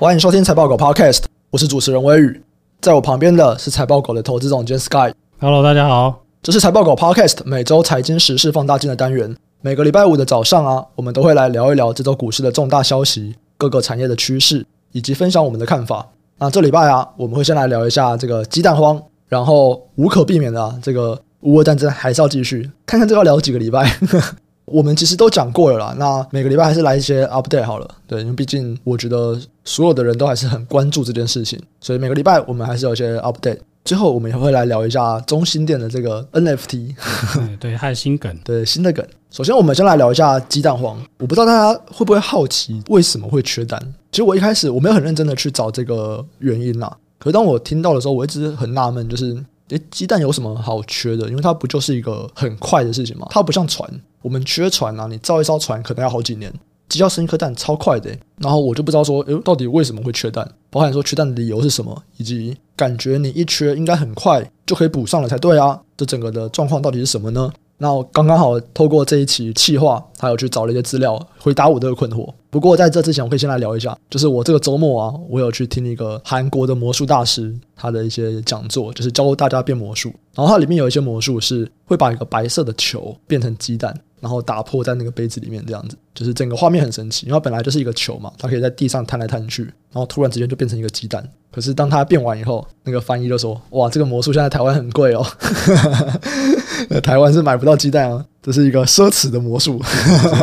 欢迎收听财报狗 Podcast，我是主持人威宇，在我旁边的是财报狗的投资总监 Sky。 Hello，大家好。这是财报狗 Podcast 每周财经时事放大镜的单元。每个礼拜五的早上啊，我们都会来聊一聊这周股市的重大消息、各个产业的趋势，以及分享我们的看法。那这礼拜啊，我们会先来聊一下这个鸡蛋荒，然后无可避免的啊，这个乌俄战争还是要继续，看看这个要聊几个礼拜。我们其实都讲过了啦，那每个礼拜还是来一些 update 好了，对，因为毕竟我觉得所有的人都还是很关注这件事情，所以每个礼拜我们还是有一些 update。最后我们也会来聊一下中心店的这个 NFT， 嗯对，还有心梗。对新的梗。首先，我们先来聊一下鸡蛋黄。我不知道大家会不会好奇为什么会缺蛋。其实我一开始我没有很认真的去找这个原因啦，可是当我听到的时候，我一直很纳闷，就是诶，鸡蛋有什么好缺的？因为它不就是一个很快的事情吗？它不像船，我们缺船啊，你造一艘船可能要好几年。鸡要生一颗蛋超快的欸、然后我就不知道说，诶，到底为什么会缺蛋？包含说缺蛋的理由是什么，以及感觉你一缺应该很快就可以补上了才对啊，这整个的状况到底是什么呢？那我刚刚好透过这一期企划，还有去找了一些资料，回答我这个困惑。不过在这之前，我可以先来聊一下，就是我这个周末啊，我有去听一个韩国的魔术大师他的一些讲座，就是教大家变魔术。然后它里面有一些魔术是会把一个白色的球变成鸡蛋，然后打破在那个杯子里面，这样子，就是整个画面很神奇。因为它本来就是一个球嘛，它可以在地上摊来摊去，然后突然之间就变成一个鸡蛋。可是当它变完以后，那个翻译就说：“哇，这个魔术现在台湾很贵哦。”呃，台湾是买不到鸡蛋啊，这是一个奢侈的魔术，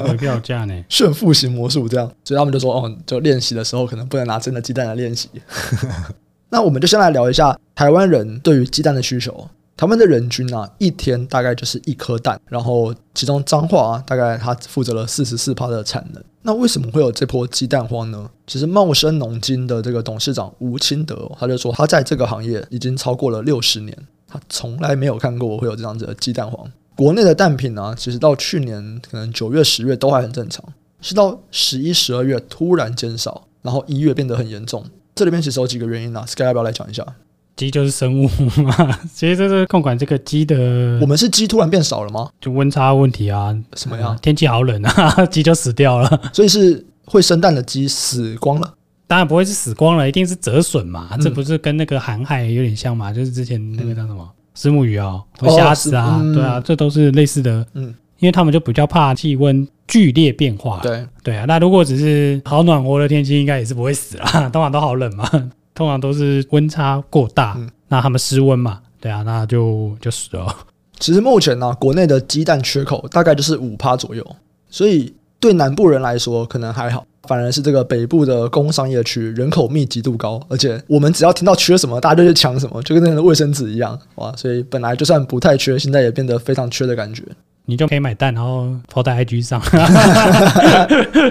回票价呢？ 炫富型魔术这样，所以他们就说，哦，就练习的时候可能不能拿真的鸡蛋来练习。 那我们就先来聊一下台湾人对于鸡蛋的需求。台湾的人均啊，一天大概就是一颗蛋，然后其中彰化啊，大概它负责了四十四趴的产能。那为什么会有这波鸡蛋荒呢？其实茂生农经的这个董事长吴清德哦，他就说他在这个行业已经超过了六十年，他从来没有看过会有这样子的鸡蛋荒。国内的蛋品呢、其实到去年可能九月、十月都还很正常，是到十一、十二月突然减少，然后一月变得很严重。这里面其实有几个原因啊，Sky 要不要来讲一下？鸡就是生物嘛，其实这是控管这个鸡的我们是鸡突然变少了吗？就温差问题啊。嗯什么呀？天气好冷啊， 鸡就死掉了。 所以是会生蛋的鸡死光了。当然不会是死光了，一定是折损嘛。嗯这不是跟那个航海有点像嘛？就是之前那个叫什么石母鱼哦，哦会吓死啊石。嗯对啊，这都是类似的。嗯，因为他们就比较怕气温剧烈变化。对，对啊，那如果只是好暖和的天气，应该也是不会死啦。 通常都好冷嘛，通常都是温差过大，嗯那他们失温嘛，对啊，那就就死了。 其实目前呢、国内的鸡蛋缺口大概就是五趴左右，所以对南部人来说可能还好，反而是这个北部的工商业区人口密集度高，而且我们只要听到缺什么，大家就去抢什么，就跟那个卫生纸一样，哇！所以本来就算不太缺，现在也变得非常缺的感觉。你就可以买蛋，然后抛在 IG 上，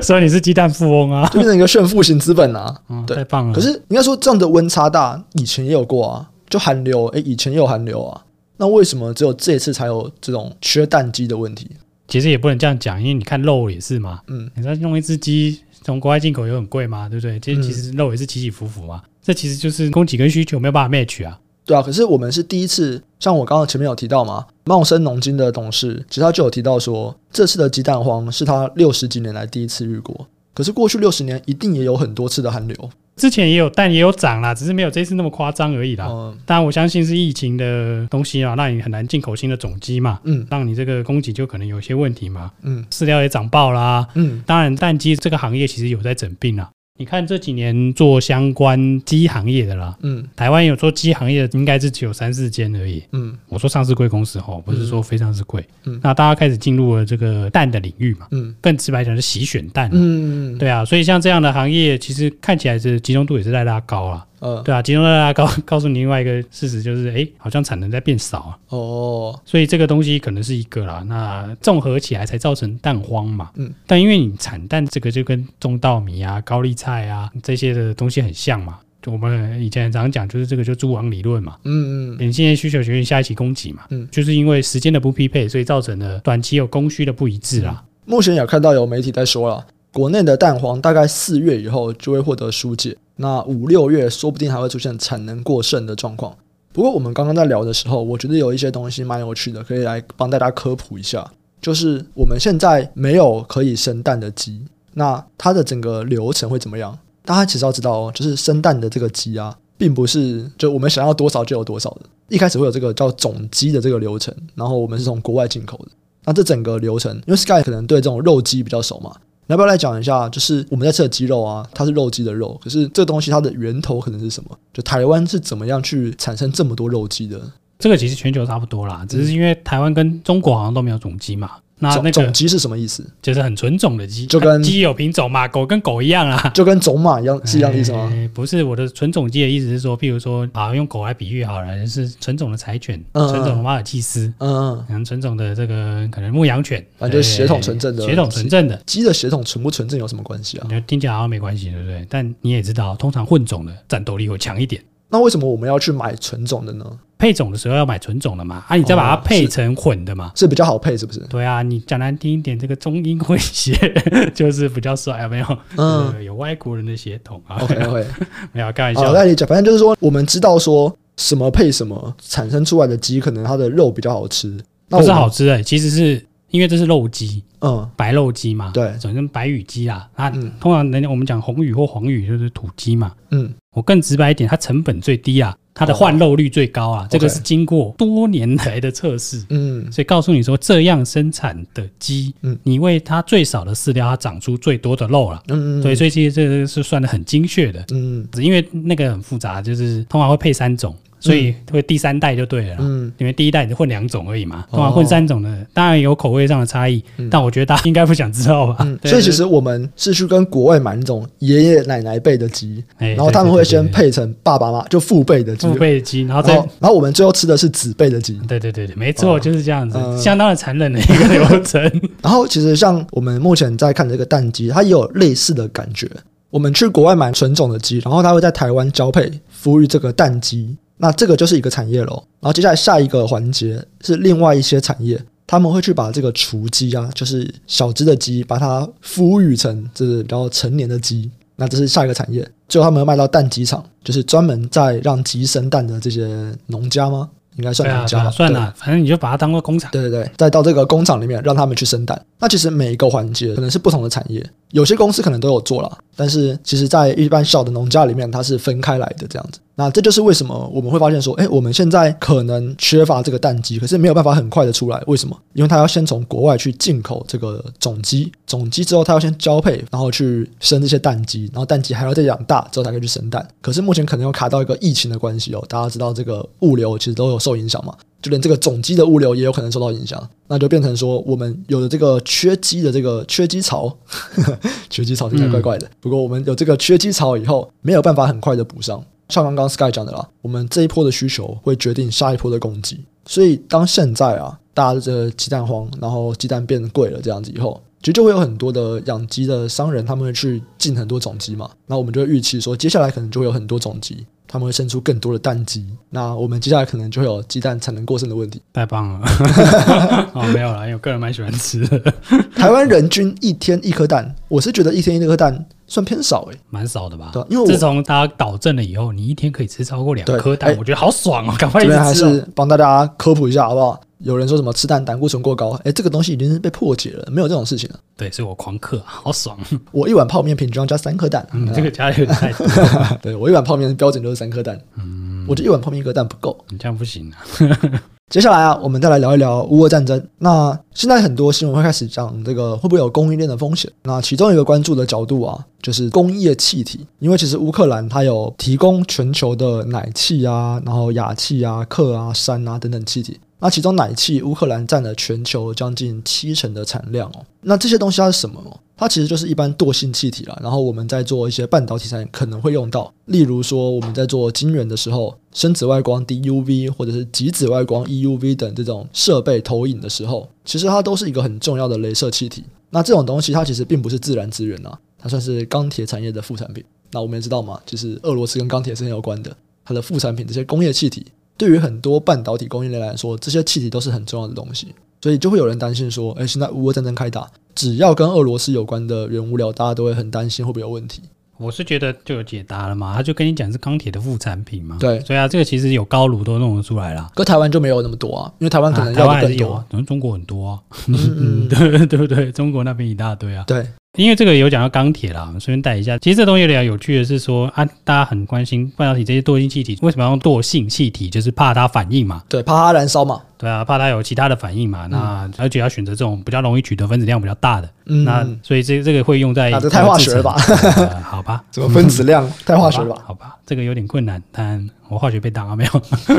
所以你是鸡蛋富翁啊！就变成一个炫富型资本啊。嗯，对太棒了。可是应该说这样的温差大，以前也有过啊，就寒流，诶，以前也有寒流啊。那为什么只有这一次才有这种缺蛋鸡的问题？其实也不能这样讲，因为你看肉也是嘛，嗯，你知道用一只鸡从国外进口也很贵嘛，对不对？其实嗯其实肉也是起起伏伏嘛，这其实就是供给跟需求没有办法 match 啊。对啊。可是我们是第一次，像我刚刚前面有提到嘛，茂生农经的董事其实他就有提到说，这次的鸡蛋荒是他六十几年来第一次遇过。可是过去六十年一定也有很多次的寒流，之前也有蛋也有涨啦，只是没有这次那么夸张而已啦。嗯当然，我相信是疫情的东西啊，那你很难进口新的种鸡嘛，嗯让你这个供给就可能有些问题嘛，嗯饲料也涨爆啦。嗯，当然，蛋鸡这个行业其实有在整病啦。你看这几年做相关鸡行业的啦，嗯台湾有做鸡行业的，应该是只有三四间而已。嗯我说上市贵公司哦，不是说非上市贵。嗯那大家开始进入了这个蛋的领域嘛，嗯更直白讲是洗选蛋。嗯，对啊，所以像这样的行业，其实看起来是集中度也是在拉高啦。呃对啊，集中度在拉高，告 诉你另外一个事实就是，哎，好像产能在变少啊。哦，所以这个东西可能是一个啦。那综合起来才造成蛋荒嘛。嗯，但因为你产蛋这个就跟种稻米啊、高丽菜啊这些的东西很像嘛。就我们以前常讲，就是这个就蛛网理论嘛，嗯嗯你现在需求决定下一期供给嘛。嗯就是因为时间的不匹配，所以造成了短期有供需的不一致啦。目前有看到有媒体在说了，国内的蛋黄大概四月以后就会获得疏解，那五六月说不定还会出现产能过剩的状况。不过我们刚刚在聊的时候，我觉得有一些东西蛮有趣的，可以来帮大家科普一下。就是我们现在没有可以生蛋的鸡，那它的整个流程会怎么样？大家其实要知道哦，就是生蛋的这个鸡啊，并不是就我们想要多少就有多少的。一开始会有这个叫种鸡的这个流程，然后我们是从国外进口的。那这整个流程，因为 Sky 可能对这种肉鸡比较熟嘛，你要不要来讲一下？就是我们在吃的鸡肉啊，它是肉鸡的肉，可是这个东西它的源头可能是什么？就台湾是怎么样去产生这么多肉鸡的？这个其实全球差不多啦，嗯只是因为台湾跟中国好像都没有种鸡嘛，那种啊那种个鸡是什么意思？就是很纯种的鸡，就跟啊鸡有品种嘛，狗跟狗一样啦。就跟种马一样 是一样的意思吗？哎不是，我的纯种鸡的意思是说，譬如说，啊，用狗来比喻好了，就是纯种的柴犬、嗯纯种的马尔济斯、嗯，嗯然后纯种的这个可能牧羊犬，反正就是对血统纯正的血统纯正的，鸡的血统纯不纯正有什么关系啊？你就听起来好像没关系，对不对？但你也知道，通常混种的战斗力会强一点。那为什么我们要去买纯种的呢？配种的时候要买纯种的嘛，啊，你再把它哦配是成混的嘛。是比较好配，是不是？对啊，你讲难听一点，这个中英混血 就是比较帅，有没有？嗯呃有外国人的血统啊。 ，OK OK， 没有开玩好，笑。哦那你讲，反正就是说，我们知道说什么配什么，产生出来的鸡可能它的肉比较好吃，那不我是们好，吃的、欸其实是因为这是肉鸡，嗯白肉鸡嘛，对总称白羽鸡啦。那嗯通常人家我们讲红羽或黄羽就是土鸡嘛。嗯，我更直白一点，它成本最低啊，它哦的换肉率最高啊，这个是经过多年来的测试。嗯所以告诉你说，这样生产的鸡，嗯你喂它最少的饲料，它长出最多的肉了。嗯，对，，所以其实这个是算的很精确的，嗯因为那个很复杂，就是通常会配三种，所以会第三代就对了啦。嗯，因为第一代你混两种而已嘛，哦通常混三种的，当然有口味上的差异，嗯但我觉得大家应该不想知道吧？嗯，啊对所以其，实我们是去跟国外买那种爷爷奶奶辈的鸡，哎然后他们会先。对对对对配成爸爸妈妈就父辈的鸡，父辈的鸡，然后然再后然后我们最后吃的是子辈的鸡。对对对对，没错，哦就是这样子，嗯相当的残忍的一个流程。然后其实像我们目前在看的这个蛋鸡，它也有类似的感觉。我们去国外买纯种的鸡，然后它会在台湾交配孵育这个蛋鸡，那这个就是一个产业喽。然后接下来下一个环节是另外一些产业，他们会去把这个雏鸡啊，就是小只的鸡，把它孵育成就是比较成年的鸡。那这是下一个产业，最后他们会卖到蛋鸡场，就是专门在让鸡生蛋的这些农家吗？应该 算对啊，农对家吧、啊算对了，反正你就把它当做工厂。对对对，再到这个工厂里面让他们去生蛋。那其实每一个环节可能是不同的产业，有些公司可能都有做啦，但是其实在一般小的农家里面，它是分开来的这样子。那这就是为什么我们会发现说，哎，我们现在可能缺乏这个蛋鸡，可是没有办法很快的出来，为什么？因为它要先从国外去进口这个种鸡，种鸡之后它要先交配，然后去生这些蛋鸡，然后蛋鸡还要再养大之后才可以去生蛋。可是目前可能又卡到一个疫情的关系哦，大家知道这个物流其实都有受影响嘛，就连这个种鸡的物流也有可能受到影响，那就变成说我们有了这个缺鸡的这个缺鸡潮， 缺鸡潮听起来怪怪的。不过我们有这个缺鸡潮以后，没有办法很快的补上。像刚刚 Sky 讲的啦，我们这一波的需求会决定下一波的供给，所以当现在啊，大家这个鸡蛋荒，然后鸡蛋变贵了这样子以后，其实就会有很多的养鸡的商人，他们会去进很多种鸡嘛，那我们就会预期说，接下来可能就会有很多种鸡，他们会生出更多的蛋鸡，那我们接下来可能就会有鸡蛋产能过剩的问题。太棒了！哦，没有啦，因为我个人蛮喜欢吃的， 台湾人均一天一颗蛋，我是觉得一天一颗蛋算偏少诶、蛮少的吧？对啊因为我自从它导正了以后，你一天可以吃超过两对颗蛋哎，我觉得好爽哦！赶快一这直边还吃哦。是啊帮大家科普一下好不好？有人说什么吃蛋胆固醇过高，哎、这个东西已经是被破解了，没有这种事情了。对，所以我狂嗑，好爽。我一碗泡面平均要加三颗蛋，嗯，嗯 这个加的有点太多， 对我一碗泡面标准就是三颗蛋，我觉得一碗泡面一颗蛋不够。你这样不行啊。接下来啊，我们再来聊一聊乌俄战争。那现在很多新闻会开始讲这个会不会有供应链的风险？那啊其中一个关注的角度啊，就是工业气体，因为其实乌克兰它有提供全球的奶气啊，然后氩气啊、克啊、山啊等等气体。那其中奶气，乌克兰占了全球将近七成的产量哦。那这些东西它是什么哦？它其实就是一般惰性气体啦。然后我们在做一些半导体产业可能会用到，例如说我们在做晶圆的时候，深紫外光 DUV 或者是极紫外光 EUV 等这种设备投影的时候，其实它都是一个很重要的镭射气体。那这种东西它其实并不是自然资源啊，它算是钢铁产业的副产品。那我们也知道嘛，就是俄罗斯跟钢铁是很有关的，它的副产品这些工业气体对于很多半导体供应链来说，这些气体都是很重要的东西，所以就会有人担心说，哎，现在乌俄战争开打，只要跟俄罗斯有关的原物料，大家都会很担心会不会有问题。我是觉得就有解答了嘛，他就跟你讲是钢铁的副产品嘛。对所以啊，这个其实有高炉都弄得出来啦。可台湾就没有那么多啊，因为台湾可能啊台要湾的还是更有多。 啊，可能中国很多啊，嗯嗯对对不对？中国那边一大堆啊。对，因为这个有讲到钢铁啦，我们顺便带一下。其实这东西比较有趣的是说啊，大家很关心半导体这些惰性气体为什么要用惰性气体，就是怕它反应嘛，对，怕它燃烧嘛，对啊，怕它有其他的反应嘛。那而且要选择这种比较容易取得分子量比较大的，嗯那所以这这个会用在啊这太化学了吧制成？呃好吧，什么分子量，太化学嗯了吧？好吧，这个有点困难，但我化学被当啊没有。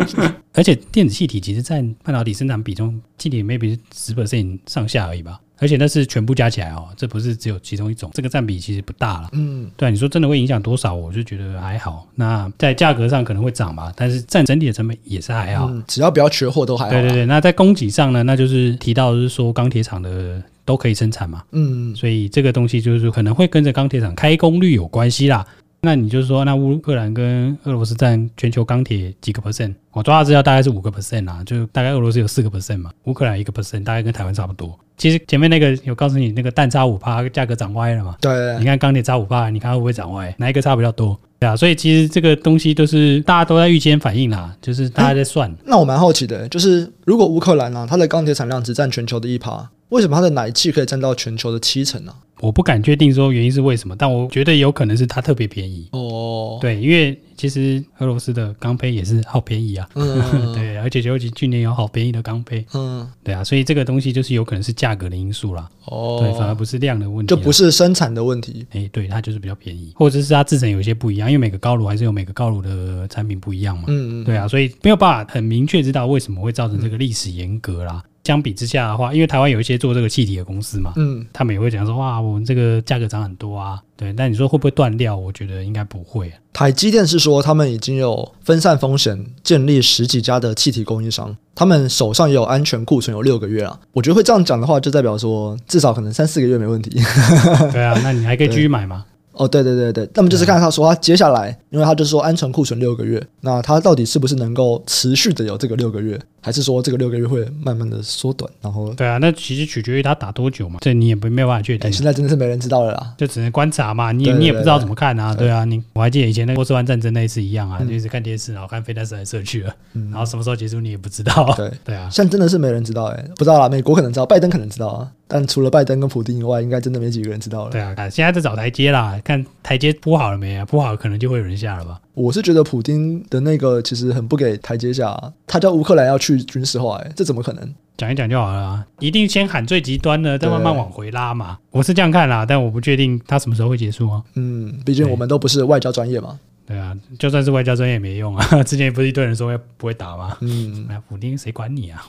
而且电子气体其实占半导体生产比重，气体 maybe 十 percent 上下而已吧。而且那是全部加起来哦，这不是只有其中一种，这个占比其实不大了。嗯，对啊、你说真的会影响多少？我就觉得还好。那在价格上可能会涨吧，但是占整体的成本也是还好。嗯，只要不要缺货都还好。对对，对，那在供给上呢，那就是提到就是说钢铁厂的都可以生产嘛，嗯，所以这个东西就是可能会跟着钢铁厂开工率有关系啦。那你就是说，那乌克兰跟俄罗斯占全球钢铁几个 percent？我抓到资料大概是五个 percent 啦，就大概俄罗斯有四个 percent 嘛，乌克兰一个 percent，大概跟台湾差不多。其实前面那个有告诉你那个蛋差五趴，价格涨歪了嘛。对你，看钢铁差五八，你看会不会涨歪？哪一个差比较多？对啊，所以其实这个东西都是大家都在预先反应啦，就是大家在算。那我蛮好奇的，欸就是如果乌克兰啊，它的钢铁产量只占全球的一趴，为什么它的奶气可以占到全球的七成啊呢、我不敢确定说原因是为什么，但我觉得有可能是它特别便宜。哦，对，因为其实俄罗斯的钢胚也是好便宜啊。嗯 对，而且尤其去年有好便宜的钢胚，嗯，对啊，所以这个东西就是有可能是价格的因素啦，对，反而哦，不啊是量的问题就啦，不是生产的问题。哎、对，它就是比较便宜，或者是它制成有一些不一样，因为每个高炉还是有每个高炉的产品不一样嘛。嗯，对啊，所以没有办法很明确知道为什么会造成这个历史严格啦。相比之下的话，因为台湾有一些做这个气体的公司嘛，嗯，他们也会讲说哇，我们这个价格涨很多啊。对，但你说会不会断料？我觉得应该不会、啊台积电是说他们已经有分散风险，建立十几家的气体供应商，他们手上也有安全库存，有六个月啊。我觉得会这样讲的话，就代表说至少可能三四个月没问题。对啊，那你还可以继续买嘛？哦，对对对对，那么就是看他说他接下来，因为他就说安全库存六个月，那他到底是不是能够持续的有这个六个月，还是说这个六个月会慢慢的缩短？然后，对啊，那其实取决于它打多久嘛，这你也不没有办法确定哎，啊、现在真的是没人知道了啦。就只能观察嘛，你也对对你也不对知道对怎么看啊，对啊，你我还记得以前那个波斯湾战争那一次一样啊，就一直看电视，然后看飞弹射来射去了，嗯啊然后什么时候结束你也不知道，对 对啊，现在真的是没人知道哎、不知道啦，美国可能知道，拜登可能知道啊，但除了拜登跟普丁以外，应该真的没几个人知道了。对啊，啊现在在找台阶啦，看台阶铺好了没啊？铺好了可能就会有人下了吧？我是觉得普丁的那个其实很不给台阶下、啊，他叫乌克兰要去军事化、哎，这怎么可能？讲一讲就好了、啊，一定先喊最极端的，再对慢慢往回拉嘛。我是这样看啦，但我不确定它什么时候会结束啊。嗯，毕竟我们都不是外交专业嘛。对啊，就算是外交专业也没用啊。 之前不是一堆人说要不会打吗？嗯，那普丁谁管你啊？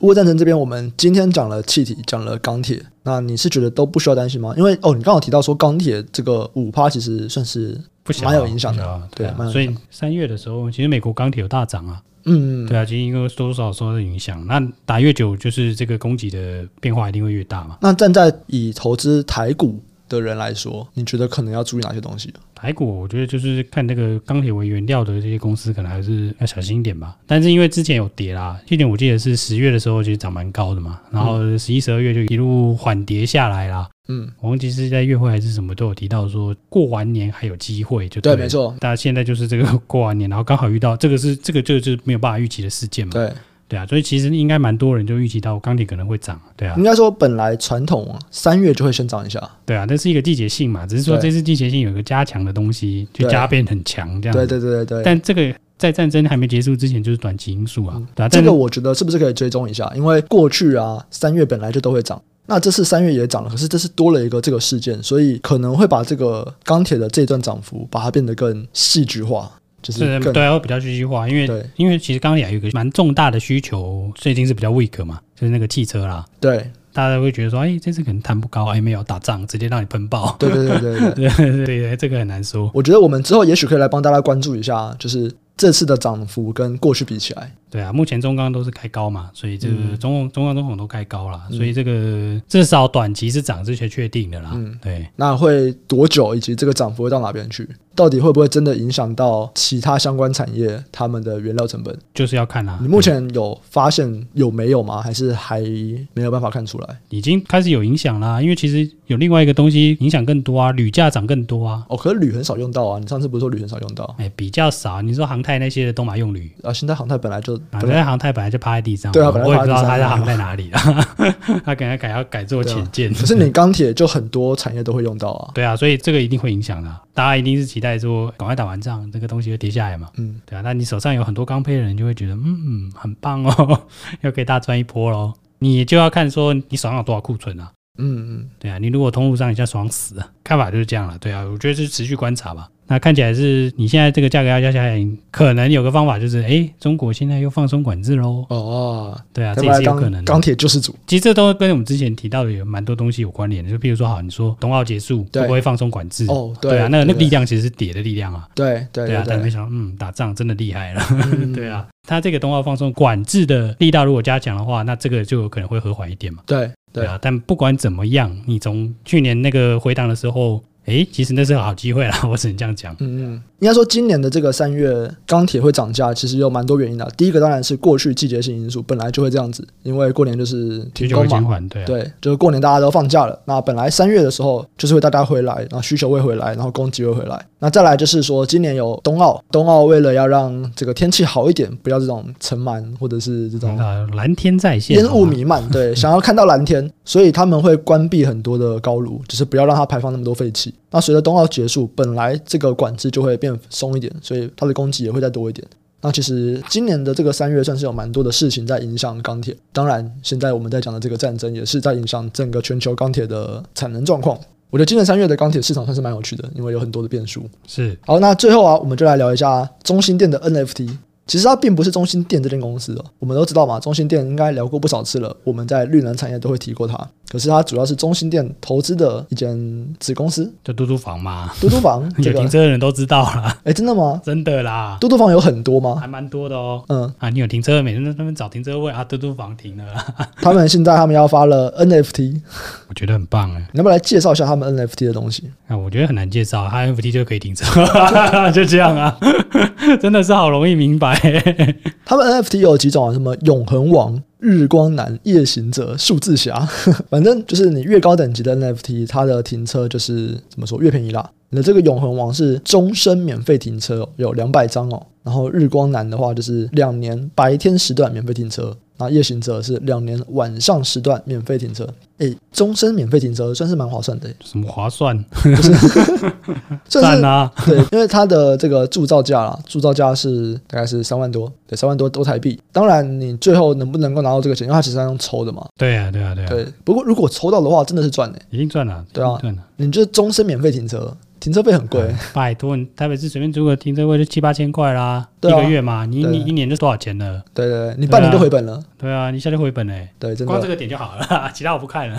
乌俄战争这边，我们今天讲了气体，讲了钢铁，那你是觉得都不需要担心吗？因为哦，你刚好提到说钢铁这个五趴其实算是不小啊蛮有影响的不小啊对对蛮啊。有所以三月的时候，其实美国钢铁有大涨啊，嗯，对啊，其实因为多多少少受到影响。那打越久，就是这个供给的变化一定会越大嘛。那站在以投资台股的人来说，你觉得可能要注意哪些东西？台股我觉得就是看这个钢铁为原料的这些公司，可能还是要小心一点吧。但是因为之前有跌啦，去年我记得是十月的时候其实涨蛮高的嘛，然后十一、十二月就一路缓跌下来啦。嗯，我忘记是在月会还是什么都有提到说，过完年还有机会就对，了没。错，大家现在就是这个过完年，然后刚好遇到这个是这个这个就是没有办法预期的事件嘛，对，对啊，所以其实应该蛮多人就预期到钢铁可能会涨，对啊应，该说本来传统啊三月就会先涨一下，对啊，这是一个季节性嘛，只是说对这次季节性有一个加强的东西，就对加变很强这样子，对对对对对。但这个在战争还没结束之前，就是短期因素啊，对啊，嗯这但是个我觉得是不是可以追踪一下？因为过去啊三月本来就都会涨。那这次三月也涨了，可是这次多了一个这个事件，所以可能会把这个钢铁的这段涨幅，把它变得更戏剧化，就是是更对啊，会比较戏剧化，因为对因为其实钢铁还有一个蛮重大的需求，最近是比较 weak 嘛，就是那个汽车啦，对大家会觉得说，哎，这次可能谈不高，哎，没有打仗，直接让你喷爆，对对对对对。对 对对，这个很难说，我觉得我们之后也许可以来帮大家关注一下，就是这次的涨幅跟过去比起来，对啊，目前中钢都是开高嘛，所以这个嗯中控、中钢、中控都开高啦，嗯所以这个至少短期是涨这些确定的啦，嗯对。那会多久，以及这个涨幅会到哪边去？到底会不会真的影响到其他相关产业他们的原料成本？就是要看啦、你目前有发现有没有吗？还是还没有办法看出来？已经开始有影响啦，因为其实有另外一个东西影响更多啊，铝价涨更多啊，哦，可是铝很少用到啊，你上次不是说铝很少用到哎，比较少。你说航太那些的都买用铝，啊？现在航太本来就啊，本这来家航太本来就趴在地上，对啊我本来我也趴不在知道地上他在航在哪里啊， 他可能改要改做对啊浅见。可是你钢铁就很多产业都会用到啊。对啊，所以这个一定会影响的啊、大家一定是期待说赶快打完仗，这个东西会跌下来嘛。嗯，对啊，那你手上有很多钢配的人就会觉得，嗯，很棒哦， 要给大赚一波喽。你就要看说你手上有多少库存啊。嗯嗯，对啊，你如果通路上一下爽死啊，看法就是这样了。对啊，我觉得是持续观察吧。那看起来是你现在这个价格要压下来，可能有个方法就是，哎，中国现在又放松管制喽。哦，对啊，要这不也然是有可能钢的钢。铁救世主，其实这都跟我们之前提到的有蛮多东西有关联的，就比如说，好，你说冬奥结束对会不会放松管制？哦，对啊，那个那个力对量其实是跌的力量啊。对对对啊，但没对想到，嗯，打仗真的厉害了。 嗯对啊，它这个冬奥放松管制的力道如果加强的话，那这个就有可能会和缓一点嘛。对对对啊，但不管怎么样，你从去年那个回档的时候，诶，其实那是个好机会啦，我只能这样 讲。嗯嗯，应该说今年的这个三月钢铁会涨价，其实有蛮多原因的。啊第一个当然是过去季节性因素，本来就会这样子，因为过年就是停其实就会工减嘛。缓，对啊，对，就是过年大家都放假了，那本来三月的时候就是会大家回来，然后需求会回来，然后供给会回来。那再来就是说，今年有冬奥，冬奥为了要让这个天气好一点，不要这种尘螨或者是这种啊，蓝天在线，烟雾好吗弥漫， 对，想要看到蓝天，所以他们会关闭很多的高炉，只是不要让它排放那么多废气。那随着冬奥结束，本来这个管制就会变松一点，所以它的供给也会再多一点。那其实今年的这个三月算是有蛮多的事情在影响钢铁，当然现在我们在讲的这个战争也是在影响整个全球钢铁的产能状况。我觉得今年三月的钢铁市场算是蛮有趣的，因为有很多的变数。是好，那最后啊，我们就来聊一下中心店的 NFT。其实它并不是中心店这间公司哦，我们都知道嘛，中心店应该聊过不少次了，我们在绿能产业都会提过它。可是它主要是中心店投资的一间子公司就嘟嘟房 嘛，嘟嘟房有这个停。车的人都知道啦， 哎，真的吗？真的啦，嘟嘟房有很多吗？还蛮多的哦。嗯，啊，你有停车，每天在那边找停车位啊，嘟嘟房停了 啦，他们现在他们要发了 NFT，你我觉得很棒哎。要不要来介绍一下他们 NFT 的东西？啊，我觉得很难介绍，它 NFT 就可以停车， 就这样啊， 真的是好容易明白、欸他们 NFT 有几种啊？什么永恒王、日光男、夜行者、数字侠， 反正就是你越高等级的 NFT，它的停车就是怎么说越便宜啦。你的这个永恒王是终身免费停车哦、有两百张哦。然后日光男的话就是两年白天时段免费停车，然后夜行者是两年晚上时段免费停车。诶，终身免费停车算是蛮划算的、什么划算？算赞是啊！ 对，因为它的这个铸造价啦，铸造价是大概是三万多，对，三万多多台币。当然，你最后能不能够拿到这个钱，因为它其实是用抽的嘛。对啊，对啊，对啊，对，不过如果抽到的话，真的是赚的、一定赚了，对啊一定赚了。你就是终身免费停车，停车费很贵哎，拜托，你台北市随便租个停车位就七八千块啦，一对啊个月嘛，你对你一年就多少钱了？对对对，你半年就回本了。对啊，你一下就回本嘞，对，真光这的。个点就好了， 其他我不看了。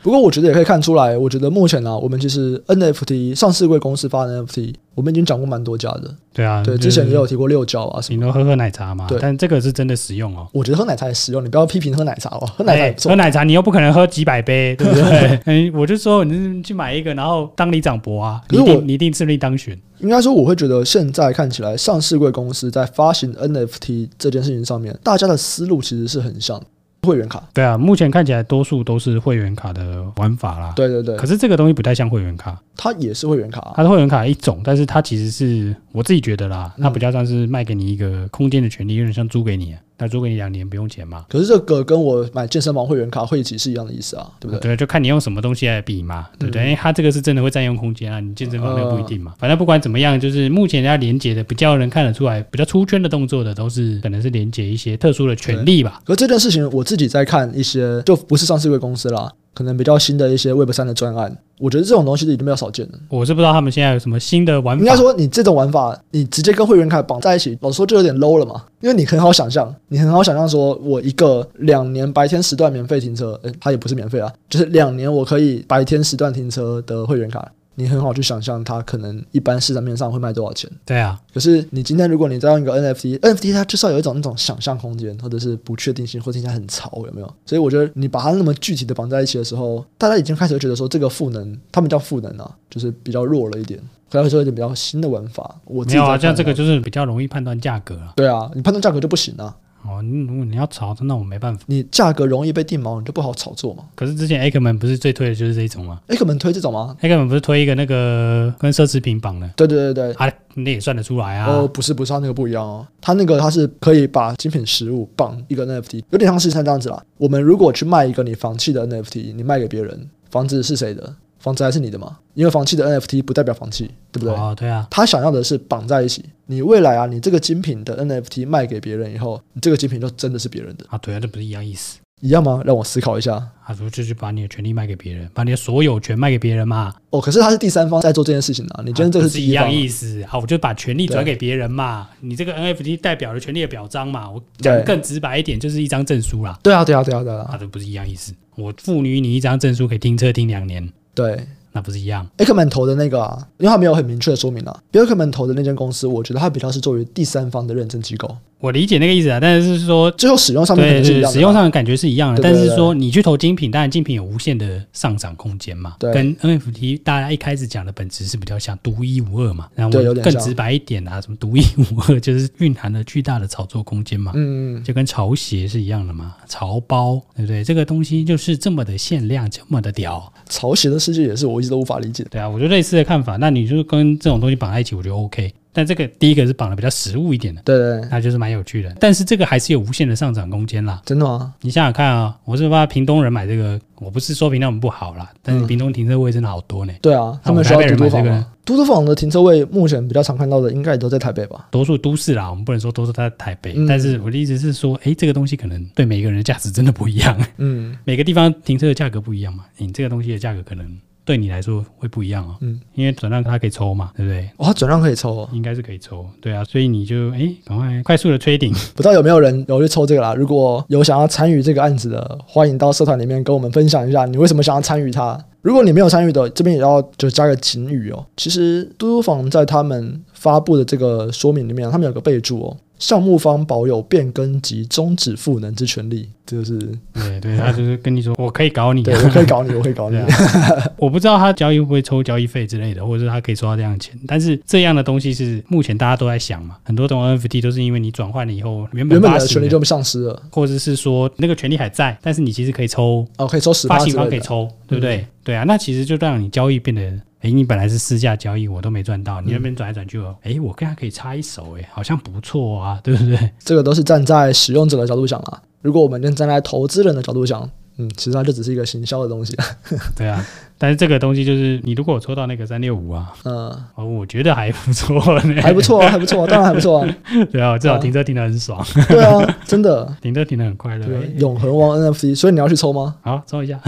不过我觉得也可以看出来，我觉得目前呢、啊我们其实 NFT 上市贵公司发的 NFT，我们已经讲过蛮多家的。对啊，对，就是之前也有提过六角啊什么。顶多喝喝奶茶嘛对，但这个是真的实用哦。我觉得喝奶茶也实用，你不要批评喝奶茶哦，喝奶茶也哎不喝错。奶茶你又不可能喝几 百杯，对不对？哎，我就说你去买一个，然后当里长博啊，可你是一我定你一定顺利当选。应该说，我会觉得现在看起来，上市贵公司在发行 NFT 这件事情上面，大家的思路其实是很像的会员卡。对啊，目前看起来多数都是会员卡的玩法啦。，对对对可，是这个东西不太像会员卡，它也是会员卡啊、它是会员卡一种，但是它其实是我自己觉得啦，嗯它比较像是卖给你一个空间的权利，有点像租给你，那租给你两年不用钱嘛，可是这个跟我买健身房会员卡汇集是一样的意思啊，对不对？对，就看你用什么东西来比嘛，对不嗯对？哦因为它这个是真的会占用空间啊，你健身房那个不一定嘛。反正不管怎么样，就是目前要连接的比较能看得出来，比较出圈的动作的，都是可能是连接一些特殊的权利吧。可这件事情，我自己在看一些就不是上市贵公司啦，可能比较新的一些 Web 三的专案，我觉得这种东西已经比较少见了。我是不知道他们现在有什么新的玩法。应该说，你这种玩法，你直接跟会员卡绑在一起，老实说就有点 low 了嘛，因为你很好想象，你很好想象说，我一个两年白天时段免费停车，诶，它也不是免费啊，就是两年我可以白天时段停车的会员卡，你很好去想象它可能一般市场面上会卖多少钱。对啊，可是你今天如果你再用一个 NFT，NFT 它至少有一种那种想象空间，或者是不确定性，或者听起来很潮，有没有？所以我觉得你把它那么具体的绑在一起的时候，大家已经开始会觉得说这个赋能，他们叫赋能啊，就是比较弱了一点，可能会说有点比较新的玩法。我自没己有在啊，看像这的个话。就是比较容易判断价格啊。对啊，你判断价格就不行啊。哦，哦，你如果你要炒，那我没办法。你价格容易被定锚，你就不好炒作嘛。可是之前 Ackman 不是最推的就是这一种吗哎，可能推这种吗？ ？Ackman 不是推一个那个跟奢侈品绑的对对对对，啊，那也算得出来啊。哦，不是不是，它那个不一样哦，它那个它是可以把精品实物绑一个 NFT，有点像是像这样子啦。我们如果去卖一个你房契的 NFT，你卖给别人，房子是谁的？房子还是你的嘛？因为房契的 NFT 不代表房契，对不对？哦，对啊，他想要的是绑在一起。你未来啊，你这个精品的 NFT 卖给别人以后，你这个精品就真的是别人的，啊对啊，这不是一样意思。一样吗？让我思考一下。啊，不就是把你的权利卖给别人，把你的所有权卖给别人嘛？哦，可是他是第三方在做这件事情啊，你今天这啊个不是第一样方啊意思啊，我就把权利转给别人嘛。你这个 NFT 代表了权利的表彰嘛，我讲得对更直白一点，就是一张证书啦。对啊，对啊，对啊，对啊，啊，这不是一样意思。我赋予你一张证书，可以停车停两年，对。那不是一样？ Ackman 投的那个啊，因为他没有很明确的说明啊。b i l k m a n 投的那间公司，我觉得它比较是作为第三方的认证机构，我理解那个意思啊，但是是说。最后使用上面可对能是一对，样的啊。使用上的感觉是一样的，对对对但是说你去投精品，当然精品有无限的上涨空间嘛，对跟 NFT 大家一开始讲的本质是比较像独一无二嘛，然后对有我点更像直白一点啊，什么独一无二就是蕴含了巨大的炒作空间嘛，嗯，嗯，就跟潮鞋是一样的嘛，潮包，对不对？这个东西就是这么的限量，这么的屌，潮鞋的世界也是我一直都无法理解的。对啊，我就类似的看法。那你就跟这种东西绑在一起，我觉得 OK。但这个第一个是绑的比较实物一点的，对对对，那就是蛮有趣的。但是这个还是有无限的上涨空间啦。真的吗？你想想看啊，我是怕屏东人买这个，我不是说屏东人不好啦，但是嗯屏东停车位真的好多呢，对啊，他们需要嘟嘟房吗？嘟嘟房的停车位目前比较常看到的，应该也都在台北吧？多数都市啦，我们不能说都是在台北。嗯但是我的意思是说，诶，这个东西可能对每个人的价值真的不一样。 嗯，每个地方停车的价格不一样嘛，你这个东西的价格可能对你来说会不一样哦。嗯，因为转让它可以抽嘛，对不对？哦，它转让可以抽、哦，应该是可以抽，对啊，所以你就哎，赶快快速的吹顶，不知道有没有人有去抽这个啦？如果有想要参与这个案子的，欢迎到社团里面跟我们分享一下你为什么想要参与它。如果你没有参与的，这边也要就加个警语哦。其实嘟嘟房在他们发布的这个说明里面，他们有个备注哦，项目方保有变更及终止赋能之权利，这就是 对对，他就是跟你说我可以搞你、 对我可以搞你，我可以搞你对。啊，我不知道他交易会不会抽交易费之类的，或者是他可以抽到这样的钱，但是这样的东西是目前大家都在想嘛，很多种 NFT 都是因为你转换了以后，原 原本本发的权行利的就丧失了或者是说那个权利还在，但是你其实可以抽哦，可以抽十发八之行方可类以的。抽，对不对？对啊，那其实就让你交易变得，诶，你本来是私下交易，我都没赚到，你那边转来转去哦，诶，我跟他可以插一手，诶，好像不错啊，对不对？ 这个都是站在使用者的角度想啦。如果我们站在投资人的角度想，嗯，其实它就只是一个行销的东西。 对啊，但是这个东西就是，你如果有抽到那个三六五啊，嗯，哦，我觉得还不错 呢，还不错啊，还不错啊，当然还不错啊。对啊，我至少停车停得很爽，对啊，真的。 停车停得很快乐。对诶，永恒王 NFT，所以你要去抽吗？好，抽一下，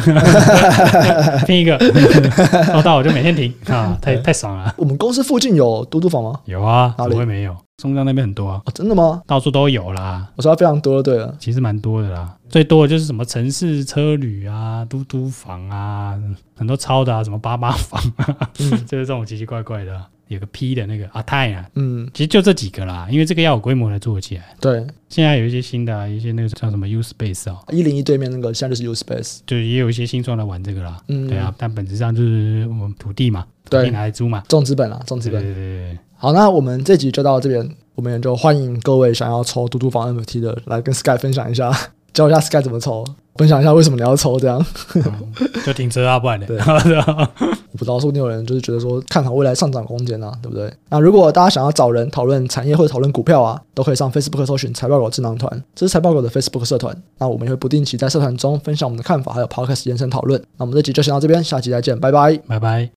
拼一个，抽到我就每天停啊，太太爽了。我们公司附近有嘟嘟房吗？有啊，哪怎里么会没有？松江那边很多啊，哦，真的吗？到处都有啦。我说它非常多，对了，其实蛮多的啦，最多的就是什么城市车旅啊、嘟嘟房啊，很多超的啊，什么八八房 啊，就是这种奇奇怪怪的啊、有个 P 的那个阿泰啊，嗯，其实就这几个啦，因为这个要有规模才做得起来。对，现在有一些新的、啊，一些那个叫什么 U Space 哦，一零一对面那个现在就是 U Space，就也有一些新创来玩这个啦，嗯，对啊，，但本质上就是我们土地嘛，土地对，拿来租嘛，重资本啊，重资对对本。对对，好，那我们这集就到这边，我们也就欢迎各位想要抽嘟嘟房 NFT 的，来跟 Sky 分享一下，教一下 Sky 怎么抽，分享一下为什么你要抽这样。对嗯就停车啊，不然的， 对对啊我不知道，说不定有人就是觉得说看好未来上涨空间啊，对不对？那如果大家想要找人讨论产业或者讨论股票啊，都可以上 Facebook 搜寻财报狗智囊团，这是财报狗的 Facebook 社团。那我们也会不定期在社团中分享我们的看法，还有 Podcast 延伸讨论。那我们这集就先到这边，下集再见，拜拜。拜拜。